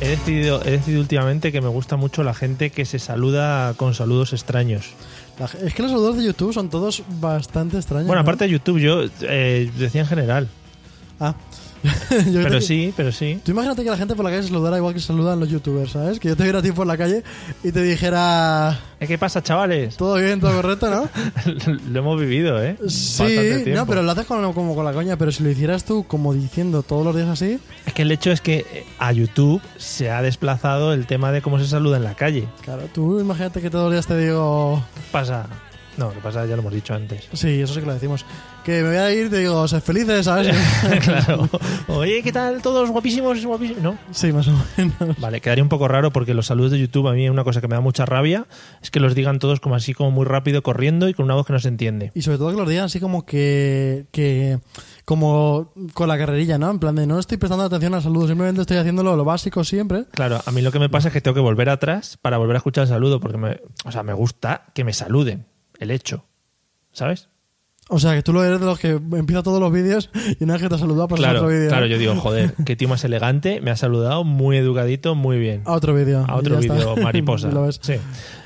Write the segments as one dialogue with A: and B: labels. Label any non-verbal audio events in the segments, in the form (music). A: He decidido, he decidido últimamente que me gusta mucho la gente que se saluda con saludos extraños.
B: La- es que los saludos de YouTube son todos bastante extraños.
A: Bueno,
B: ¿no?
A: aparte de YouTube, yo eh, decía en general.
B: Ah. (laughs) Yo creo
A: Pero
B: que-
A: sí, pero sí.
B: Tú imagínate que la gente por la calle se saludara igual que se saludan los youtubers, ¿sabes? Que yo te viera a ti por la calle y te dijera.
A: Eh, ¿Qué pasa, chavales? (laughs)
B: Todo bien, todo correcto, ¿no?
A: lo hemos vivido, ¿eh? (laughs) Bastante
B: Sí,
A: tiempo.
B: no, pero lo haces con- como con la coña, pero si lo hicieras tú como diciendo todos los días así,
A: Es que el hecho es que eh, a YouTube se ha desplazado el tema de cómo se saluda en la calle.
B: claro, tú imagínate que todos los días te digo,
A: Pasa. No, lo que pasa ya lo hemos dicho antes. (laughs)
B: sí, eso sí que lo decimos, que me voy a ir, te digo, sed
A: (laughs)
B: felices, ¿sabes? (laughs)
A: claro. Oye, ¿qué tal? Todos guapísimos, guapísimos. No.
B: sí, más o menos.
A: Vale, quedaría un poco raro porque los saludos de YouTube a mí una cosa que me da mucha rabia es que los digan todos como así como muy rápido corriendo y con una voz que no se entiende.
B: Y sobre todo que los digan así como que, que como con la carrerilla, ¿no? En plan de no estoy prestando atención al saludo, simplemente estoy haciéndolo lo básico siempre.
A: Claro, a mí lo que me pasa es que tengo que volver atrás para volver a escuchar el saludo porque me, o sea, me gusta que me saluden, el hecho. ¿Sabes?
B: O sea, que tú lo eres de los que empieza todos los vídeos y una vez que te ha saludado pasas a
A: Claro,
B: otro vídeo.
A: claro, yo digo, joder, qué tío más elegante, me ha saludado muy educadito, muy bien.
B: A otro vídeo.
A: A
B: y
A: otro
B: Ah, ya está. (laughs)
A: vídeo, mariposa.
B: Lo ves.
A: Sí.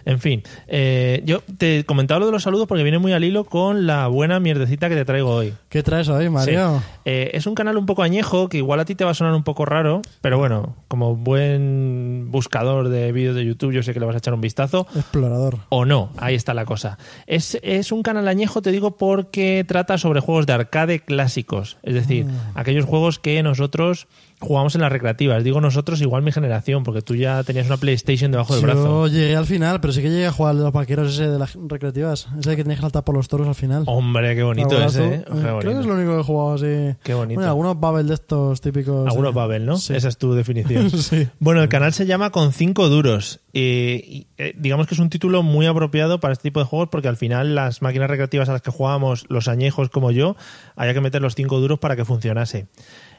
A: En fin, eh, yo te comentaba lo de los saludos porque viene muy al hilo con la buena mierdecita que te traigo hoy.
B: ¿Qué traes hoy, Mario?
A: Sí. Eh, es un canal un poco añejo que igual a ti te va a sonar un poco raro, pero bueno, como buen buscador de vídeos de YouTube, yo sé que le vas a echar un vistazo.
B: Explorador.
A: O no, ahí está la cosa. Es, es un canal añejo, te digo, porque trata sobre juegos de arcade clásicos. Es decir,
B: Ah.
A: aquellos juegos que nosotros jugamos en las recreativas. Digo nosotros, igual mi generación, porque tú ya tenías una PlayStation debajo del
B: Yo
A: brazo.
B: llegué al final, pero sí que llegué a jugar al de los vaqueros ese de las recreativas. Ese que tenías que saltar por los toros al final.
A: Hombre, qué Oh, bonito
B: ¿Recuerdas
A: ese, ¿eh?
B: tú?
A: Qué
B: Creo que
A: bonito.
B: es lo único que he jugado así.
A: Qué bonito.
B: Bueno, algunos Babel de estos típicos.
A: Algunos
B: eh.
A: Babel, ¿no?
B: Sí.
A: Esa es tu definición.
B: (laughs) Sí.
A: Bueno, el canal se llama Con 5 duros. Eh, y, eh, digamos que es un título muy apropiado para este tipo de juegos porque al final las máquinas recreativas a las que jugábamos, los añejos como yo, había que meter los 5 duros para que funcionase.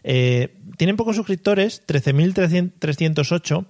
A: Eh, tienen pocos suscriptores, 13.308.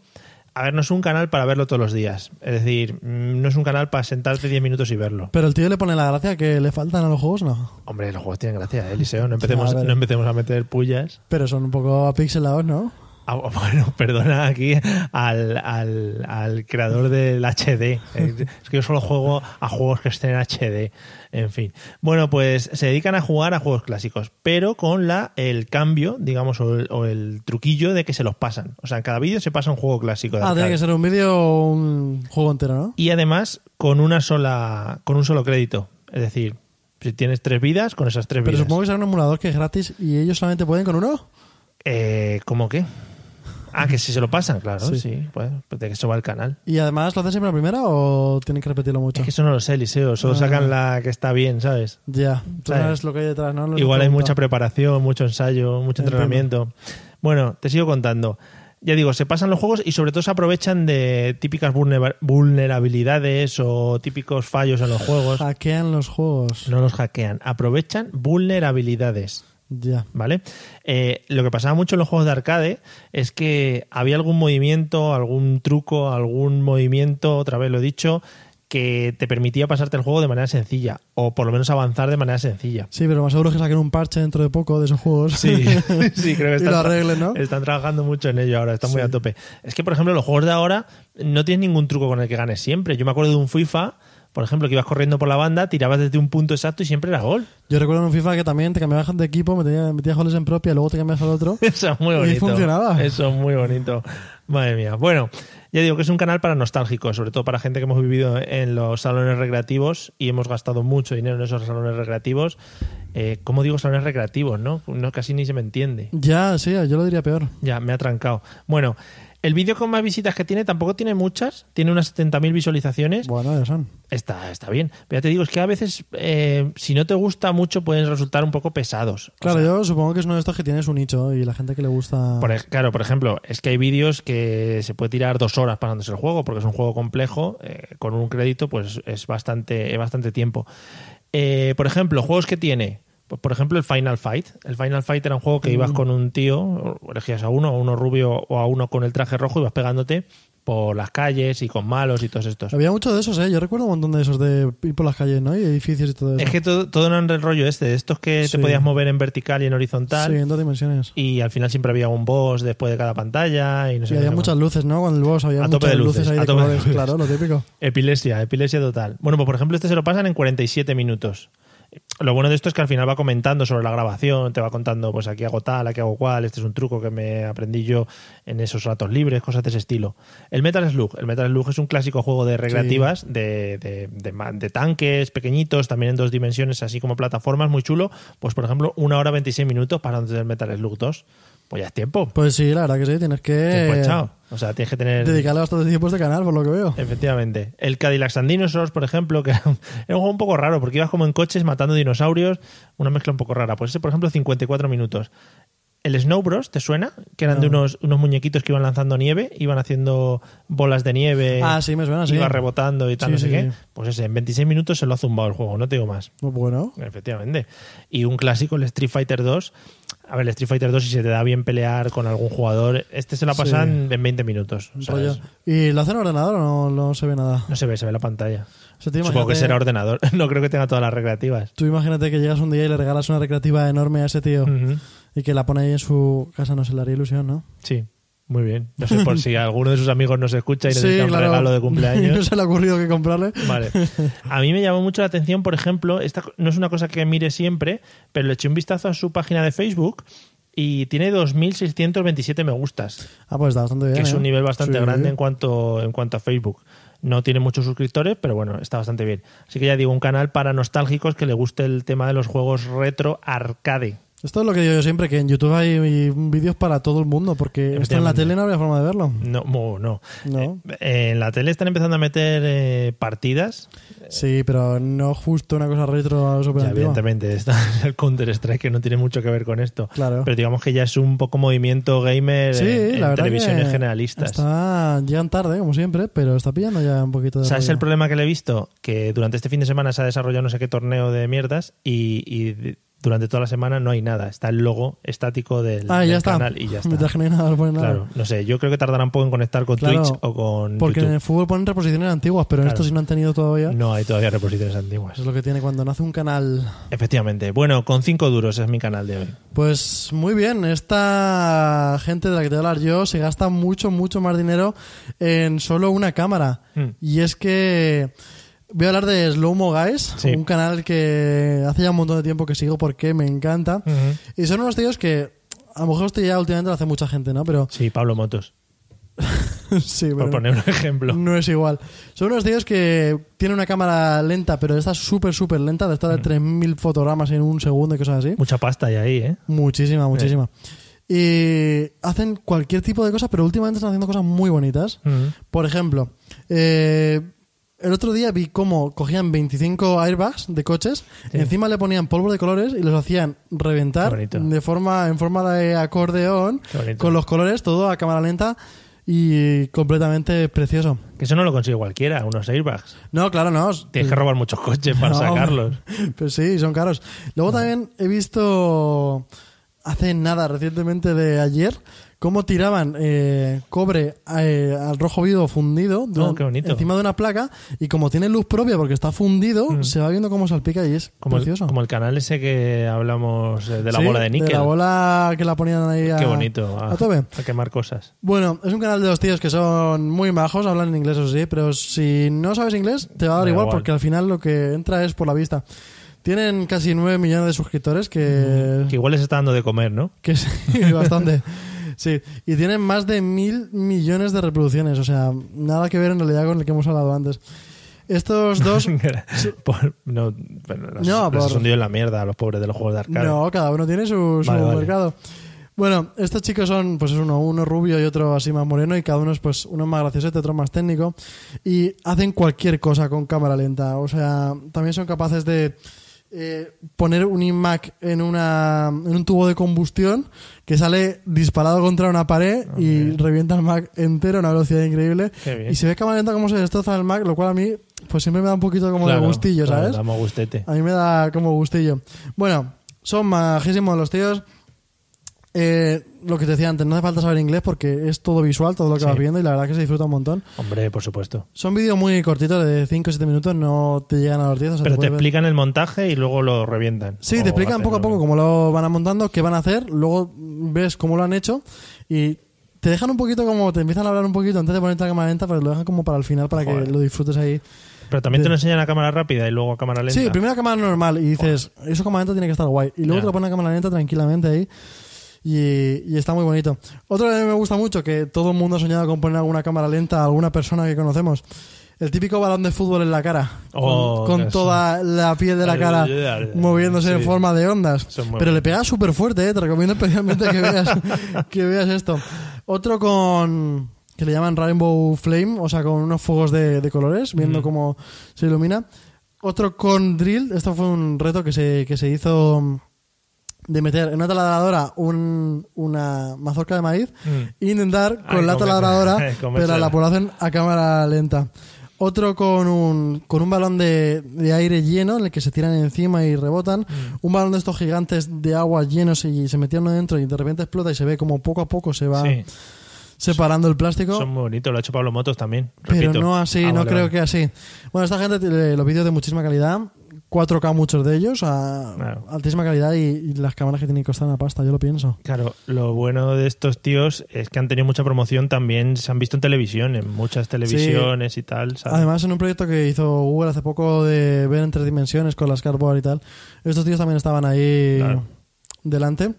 A: A ver, no es un canal para verlo todos los días. Es decir, mm, no es un canal para sentarte 10 minutos y verlo.
B: Pero el tío le pone la gracia que le faltan a los juegos, no.
A: Hombre, los juegos tienen gracia, ¿eh, Eliseo. No empecemos,
B: A ver.
A: no empecemos a meter pullas.
B: Pero son un poco pixelados, ¿no?
A: Ah, bueno, (laughs) perdona aquí al, al- al creador del HD. Eh, Es que yo solo juego a juegos que estén en HD. En fin. Bueno, pues se dedican a jugar a juegos clásicos, pero con la el cambio, digamos, o el, o el truquillo de que se los pasan. O sea, en cada vídeo se pasa un juego clásico. de
B: Ah, tiene
A: arcade.
B: que ser un vídeo o un juego entero, ¿no?
A: Y además con una sola, con un solo crédito. Es decir, si tienes tres vidas, con esas tres
B: Pero
A: vidas.
B: supongo que será un emulador que es gratis y ellos solamente pueden con uno.
A: Eh, ¿Cómo qué? Ah, que si se lo pasan, claro, sí.
B: Sí.
A: pues, pues de que eso va el canal.
B: ¿Y además lo hacen siempre la primera o tienen que repetirlo mucho?
A: Es que eso no lo sé, Eliseo. Solo sacan la que está bien, ¿sabes?
B: Ya, tú
A: ¿Sabes?
B: no sabes lo que hay detrás, ¿no? Lo
A: Igual hay
B: pregunta.
A: mucha preparación, mucho ensayo, mucho
B: Entiendo.
A: entrenamiento. Bueno, te sigo contando. Ya digo, se pasan los juegos y sobre todo se aprovechan de típicas vulnera- vulnerabilidades o típicos fallos en los juegos.
B: Hackean los juegos.
A: No los hackean, aprovechan vulnerabilidades.
B: Ya.
A: ¿Vale? Eh, lo que pasaba mucho en los juegos de arcade es que había algún movimiento, algún truco, algún movimiento, otra vez lo he dicho, que te permitía pasarte el juego de manera sencilla, o por lo menos avanzar de manera sencilla.
B: Sí, pero lo más seguro es que saquen un parche dentro de poco de esos juegos.
A: Sí, (laughs) sí, creo que
B: y
A: están,
B: lo arreglen, ¿no?
A: están trabajando mucho en ello ahora, están muy
B: Sí.
A: a tope. Es que, por ejemplo, los juegos de ahora no tienes ningún truco con el que ganes siempre. Yo me acuerdo de un FIFA, por ejemplo, que ibas corriendo por la banda, tirabas desde un punto exacto y siempre era gol.
B: (laughs) Yo recuerdo en un FIFA que también te cambiabas de equipo, metías, metías goles
A: (laughs)
B: en propia, luego te cambiabas al otro.
A: Eso es muy
B: Y
A: bonito.
B: funcionaba.
A: Eso es muy bonito. Madre mía. Bueno, Ya digo que es un canal para nostálgicos, sobre todo para gente que hemos vivido en los salones recreativos y hemos gastado mucho dinero en esos salones recreativos. Eh, ¿Cómo digo salones recreativos, no? no? Casi ni se me entiende.
B: Ya, sí, yo lo diría peor.
A: Ya, me ha trancado. Bueno, el vídeo con más visitas que tiene tampoco tiene muchas, tiene unas 70.000 visualizaciones.
B: Bueno, ya son.
A: Está, está bien. Pero ya te digo, es que a veces, eh, si no te gusta mucho, pueden resultar un poco pesados. O
B: Claro,
A: sea,
B: yo supongo que es uno de estos que tiene su nicho y la gente que le gusta.
A: por, ej- claro, por ejemplo, es que hay vídeos que se puede tirar dos horas pasándose el juego, porque es un juego complejo, eh, con un crédito, pues es bastante, es bastante tiempo. Eh, por ejemplo, juegos que tiene. Pues, por ejemplo, el Final Fight. El Final Fight era un juego que
B: Mm.
A: ibas con un tío, o elegías a uno, a uno rubio o a uno con el traje rojo, y vas pegándote por las calles y con malos y todos estos.
B: Había muchos de esos, ¿eh? Yo recuerdo un montón de esos de ir por las calles, ¿no? Y edificios y todo eso.
A: Es que todo, todo era el rollo este, de estos que
B: Sí.
A: te podías mover en vertical y en horizontal.
B: Sí, en dos dimensiones.
A: Y al final siempre había un boss después de cada pantalla y no sé
B: Y
A: qué
B: había
A: más.
B: muchas luces, ¿no? Cuando el boss había
A: A
B: muchas
A: tope de luces,
B: ahí
A: a
B: de
A: tope de
B: colores,
A: luces.
B: claro, lo típico.
A: Epilepsia, epilepsia total. Bueno, pues por ejemplo, este se lo pasan en 47 minutos. Lo bueno de esto es que al final va comentando sobre la grabación, te va contando, pues aquí hago tal, aquí hago cual, este es un truco que me aprendí yo en esos ratos libres, cosas de ese estilo. El Metal Slug, el Metal Slug es un clásico juego de recreativas, de, de- de ma- de tanques pequeñitos, también en dos dimensiones, así como plataformas, muy chulo. Pues por ejemplo, una hora 26 minutos para antes del Metal Slug 2. Pues ya es tiempo,
B: Pues sí, la verdad que sí, tienes que
A: tiempo echado. O sea, tienes que tener...
B: Eh, dedicarle bastante tiempo a este canal, por lo que veo.
A: Eh, Efectivamente. El Cadillac and Dinosaurs, por ejemplo, que (laughs) era un era un juego un poco raro, porque ibas como en coches matando dinosaurios, una mezcla un poco rara. Pues ese, por ejemplo, 54 minutos. El Snow Bros, ¿te suena? Que eran de unos, unos muñequitos que iban lanzando nieve, iban haciendo bolas de nieve,
B: Ah, sí, me suena, sí.
A: iba rebotando y tal,
B: Sí,
A: no sé
B: sí,
A: qué.
B: sí.
A: Pues ese, en 26 minutos se lo ha zumbado el juego, no te digo más.
B: Muy Pues bueno.
A: Efectivamente. Y un clásico, el Street Fighter 2. A ver, el Street Fighter 2, si se te da bien pelear con algún jugador, este se lo
B: Sí.
A: pasan en 20 minutos. O sea,
B: Rollo.
A: es-
B: ¿Y lo hace en ordenador o no, no se ve nada?
A: no se ve, se ve la pantalla.
B: O sea, tú
A: Supongo
B: imagínate-
A: que será ordenador. (laughs) No creo que tenga todas las recreativas.
B: Tú imagínate que llegas un día y le regalas una recreativa enorme a ese tío
A: Ujú.
B: y que la pone ahí en su casa, no se le haría ilusión, ¿no?
A: Sí, muy bien. No sé
B: (laughs)
A: por si alguno de sus amigos nos escucha y necesita un regalo de
B: no
A: cumpleaños.
B: se le ha ocurrido que comprarle.
A: Vale. A mí me llamó mucho la atención, por ejemplo, esta co- no es una cosa que mire siempre, pero le eché un vistazo a su página de Facebook y tiene 2.627 me gustas,
B: Ah, pues está bastante bien.
A: que es
B: ¿eh?
A: un nivel bastante
B: Sí.
A: grande en cuanto, en cuanto a Facebook. No tiene muchos suscriptores, pero bueno, está bastante bien. Así que ya digo, un canal para nostálgicos que le guste el tema de los juegos retro arcade.
B: Esto es lo que digo yo siempre, que en YouTube hay hay vídeos para todo el mundo, porque esto en la
A: Efectivamente.
B: tele no habría forma de verlo.
A: No, mo- no.
B: No.
A: Eh, eh, en la tele están empezando a meter eh, partidas.
B: Sí, pero no justo una cosa retro super
A: Eh. Ya,
B: antigua.
A: evidentemente, (laughs) está el Counter-Strike que no tiene mucho que ver con esto.
B: Claro.
A: Pero digamos que ya es un poco movimiento gamer
B: Sí,
A: en, en
B: la verdad
A: televisiones
B: que
A: generalistas.
B: Está, llegan tarde, como siempre, pero está pillando ya un poquito de.
A: ¿Sabes
B: rollo.
A: el problema que le he visto? Que durante este fin de semana se ha desarrollado no sé qué torneo de mierdas y, y de- durante toda la semana no hay nada. Está el logo estático del,
B: Ah,
A: del
B: ya está.
A: canal
B: (laughs)
A: y ya está.
B: Mientras que no hay nada, no ponen nada.
A: Claro, no sé, yo creo que tardarán un poco en conectar con
B: Claro,
A: Twitch o con
B: Porque en
A: YouTube.
B: el fútbol ponen reposiciones antiguas, pero en
A: Claro.
B: esto sí no han tenido todavía.
A: No hay todavía reposiciones antiguas.
B: Eso es lo que tiene cuando nace un canal.
A: Efectivamente. Bueno, con cinco duros es mi canal de hoy.
B: Pues muy bien, esta gente de la que te voy a hablar yo se gasta mucho, mucho más dinero en solo una cámara.
A: Hmm.
B: Y es que voy a hablar de Slow Mo Guys,
A: Sí.
B: un canal que hace ya un montón de tiempo que sigo porque me encanta. Y son unos tíos que a lo mejor esto ya últimamente lo hace mucha gente, ¿no? Pero
A: Sí, Pablo Motos,
B: (laughs) sí, Mm-hmm.
A: por
B: pero-
A: poner un ejemplo.
B: No es igual. Son unos tíos que tienen una cámara lenta, pero está súper, súper lenta, de estar de 3.000 fotogramas en un segundo y cosas así.
A: Mucha pasta hay ahí, ¿eh?
B: Muchísima, muchísima. Y hacen cualquier tipo de cosas, pero últimamente están haciendo cosas muy bonitas.
A: Ujú.
B: Por ejemplo, eh, el otro día vi cómo cogían 25 airbags de coches, encima le ponían polvo de colores y los hacían
A: Qué
B: reventar
A: bonito.
B: de forma, en forma de acordeón,
A: Qué bonito.
B: con los colores, todo a cámara lenta y completamente precioso.
A: Que eso no lo consigue cualquiera, unos airbags.
B: No, claro, no.
A: Tienes que robar muchos coches para
B: (laughs) No,
A: sacarlos.
B: hombre. Pues sí, son caros. Luego también he visto hace nada, recientemente de ayer, cómo tiraban eh, cobre eh, al rojo vivo fundido duran-
A: Oh, qué bonito.
B: encima de una placa y como tiene luz propia porque está fundido, se va viendo cómo salpica y es
A: Mm. Como el,
B: precioso.
A: como el canal ese que hablamos eh, de la
B: Sí,
A: bola de níquel.
B: la bola que la ponían ahí a,
A: Qué bonito. ah. A,
B: a tope.
A: a quemar cosas.
B: Bueno, es un canal de los tíos que son muy majos, hablan en inglés o sí, pero si no sabes inglés te va a dar
A: Da
B: igual,
A: igual.
B: porque al final lo que entra es por la vista. Tienen casi 9 millones de suscriptores, que,
A: Mm, Que igual les está dando de comer, ¿no?
B: que es (laughs) bastante. Sí, y tienen más de mil millones de reproducciones, o sea, nada que ver en realidad con el que hemos hablado antes. Estos
A: (laughs)
B: dos...
A: Por- no, pero los,
B: Pues, No,
A: los has
B: por-
A: hundido en la mierda a los pobres de los juegos de arcade.
B: No, cada uno tiene su, su
A: Vale, vale.
B: mercado. Bueno, estos chicos son, pues es uno, uno rubio y otro así más moreno, y cada uno es pues uno más gracioso, otro más técnico, y hacen cualquier cosa con cámara lenta. O sea, también son capaces de eh, poner un iMac en una en un tubo de combustión que sale disparado contra una pared y revienta el Mac entero a una velocidad increíble.
A: Ah, Qué bien.
B: Y se ve cámara lenta cómo se destroza el Mac, lo cual a mí pues siempre me da un poquito como
A: Claro,
B: de gustillo,
A: claro,
B: ¿sabes?
A: damos gustete.
B: A mí me da como gustillo. Bueno, son majísimos los tíos. Eh, lo que te decía antes, no hace falta saber inglés porque es todo visual, todo lo que
A: Sí.
B: vas viendo y la verdad que se disfruta un montón.
A: Hombre, por supuesto.
B: Son vídeos muy cortitos, de 5 o 7 minutos, no te llegan a los 10. o sea,
A: Pero te
B: puedes ver-
A: explican el montaje y luego lo revientan.
B: Sí,
A: O
B: te explican
A: hacen
B: poco a
A: lo
B: poco
A: que-
B: cómo lo van a montando, qué van a hacer, luego ves cómo lo han hecho y te dejan un poquito como, te empiezan a hablar un poquito antes de ponerte la cámara lenta, pero lo dejan como para el final para
A: Joder.
B: que lo disfrutes ahí.
A: Pero también te
B: de-
A: lo enseñan a cámara rápida y luego a cámara lenta.
B: Sí, primero a cámara normal y dices, eso cámara lenta tiene que estar guay. Y luego
A: Ya.
B: te lo ponen a cámara lenta tranquilamente ahí y, y está muy bonito. Otro que me gusta mucho, que todo el mundo ha soñado con poner alguna cámara lenta a alguna persona que conocemos. El típico balón de fútbol en la cara, con-
A: Oh,
B: con,
A: eso.
B: toda la piel de la cara
A: Ay, ay, ay, ay.
B: moviéndose en
A: Sí.
B: forma de ondas.
A: Eso es muy
B: Pero le
A: bonito.
B: pega súper fuerte, ¿eh? te recomiendo especialmente que veas, que veas esto. Otro con que le llaman Rainbow Flame, o sea, con unos fuegos de, de colores, viendo cómo se ilumina. Otro con drill, esto fue un reto que se, que se hizo de meter en una taladradora un- una mazorca de maíz
A: Mm.
B: e intentar
A: Ay,
B: con la
A: comérsela, (laughs)
B: taladradora,
A: ay, comérsela.
B: pero a la lo hacen a cámara lenta. Otro con un, con un balón de, de aire lleno en el que se tiran encima y rebotan.
A: Mm.
B: Un balón de estos gigantes de agua llenos y se metieron dentro y de repente explota y se ve como poco a poco se va
A: Sí,
B: separando el plástico.
A: son muy bonitos. Lo ha hecho Pablo Motos también.
B: Pero
A: repito.
B: no así,
A: Ah,
B: no
A: vale,
B: creo
A: vale.
B: que así. Bueno, esta gente tiene los vídeos de muchísima calidad, 4K muchos de ellos, a
A: Claro.
B: altísima calidad y, y las cámaras que tienen que costar una pasta, yo lo pienso.
A: Claro, lo bueno de estos tíos es que han tenido mucha promoción también. Se han visto en televisión, en muchas televisiones y tal. ¿sabes?
B: Además, en un proyecto que hizo Google hace poco de ver en tres dimensiones con las cardboard y tal, estos tíos también estaban ahí
A: Claro.
B: delante.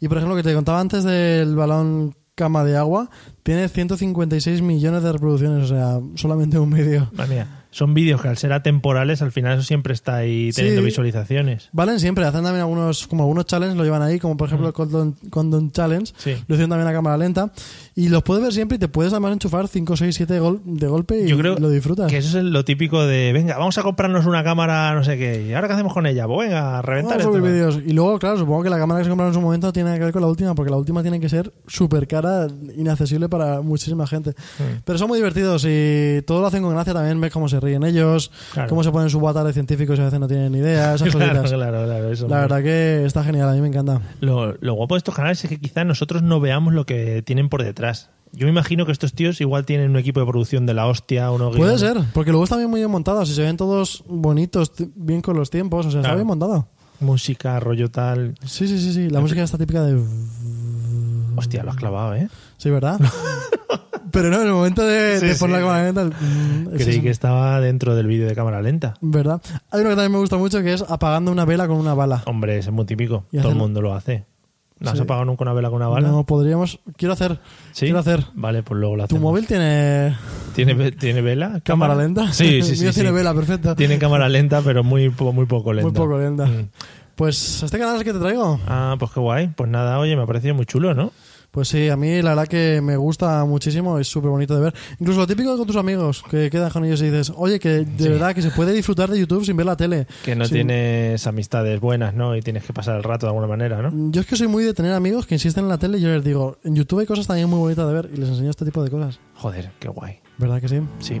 B: Y por ejemplo, lo que te contaba antes del balón cama de agua, tiene 156 millones de reproducciones, o sea, solamente un vídeo.
A: Madre mía, son vídeos que al ser atemporales, al final eso siempre está ahí teniendo
B: Sí.
A: visualizaciones.
B: Valen siempre, hacen también algunos, como algunos challenges, lo llevan ahí, como por
A: Mm.
B: ejemplo el Condom, Condom Challenge,
A: Sí.
B: lo hacen también a cámara lenta, y los puedes ver siempre y te puedes además enchufar 5, 6, 7 de golpe y
A: Yo creo
B: lo disfrutas.
A: Que eso es lo típico de, venga, vamos a comprarnos una cámara, no sé qué, y ahora qué hacemos con ella, pues venga, a reventar
B: Vamos
A: esto.
B: a subir Ah, vídeos. Y luego, claro, supongo que la cámara que se compraron en su momento tiene que ver con la última, porque la última tiene que ser súper cara, inaccesible para muchísima gente. Pero son muy divertidos y todo lo hacen con gracia también. Ves cómo se ríen ellos,
A: Claro.
B: cómo se ponen su bata de científicos y a veces no tienen ni
A: (laughs)
B: idea, esas
A: Claro,
B: cositas.
A: claro, claro, eso.
B: La verdad que está genial, a mí me encanta.
A: Lo, lo guapo de estos canales es que quizás nosotros no veamos lo que tienen por detrás. Yo me imagino que estos tíos igual tienen un equipo de producción de la hostia, uno
B: Puede ser, porque luego están bien muy bien montados y se ven todos bonitos, t- bien con los tiempos, o sea, está
A: Claro.
B: bien montado.
A: Música, rollo tal.
B: Sí, sí, sí, sí. La música está típica de...
A: Hostia, lo has clavado, ¿eh? (laughs)
B: Sí, ¿verdad? Pero no, en el momento de,
A: Sí,
B: de poner
A: sí.
B: la cámara lenta... el- ese
A: Creí
B: es-
A: que estaba dentro del vídeo de cámara lenta.
B: ¿Verdad? Hay uno que también me gusta mucho que es apagando una vela con una bala.
A: Hombre, ese es muy típico.
B: Y
A: Todo el
B: hacen-
A: mundo lo hace. ¿No has
B: Sí.
A: apagado nunca una vela con una bala?
B: No, podríamos... Quiero hacer...
A: Ah, ¿Sí?
B: Quiero hacer...
A: Vale, pues luego lo
B: ¿Tu
A: hacemos.
B: móvil tiene
A: ¿Tiene, ve- tiene vela?
B: cámara lenta?
A: Sí, sí,
B: (laughs) El
A: sí.
B: mío
A: sí.
B: tiene vela, perfecto.
A: Tiene cámara lenta, pero muy, po- muy poco lenta.
B: Muy poco lenta.
A: Mm.
B: Pues, ¿este canal es el que te traigo?
A: Ah, pues qué guay. Pues nada, oye, me ha parecido muy chulo, ¿no?
B: Pues sí, a mí la verdad que me gusta muchísimo, es súper bonito de ver. Incluso lo típico con tus amigos, que quedas con ellos y dices, oye, que de verdad que se puede disfrutar de YouTube sin ver la tele.
A: Que no
B: Sin-
A: tienes amistades buenas, ¿no? Y tienes que pasar el rato de alguna manera, ¿no?
B: Yo es que soy muy de tener amigos que insisten en la tele y yo les digo, en YouTube hay cosas también muy bonitas de ver y les enseño este tipo de cosas.
A: Joder, qué guay.
B: ¿Verdad que sí?
A: Sí.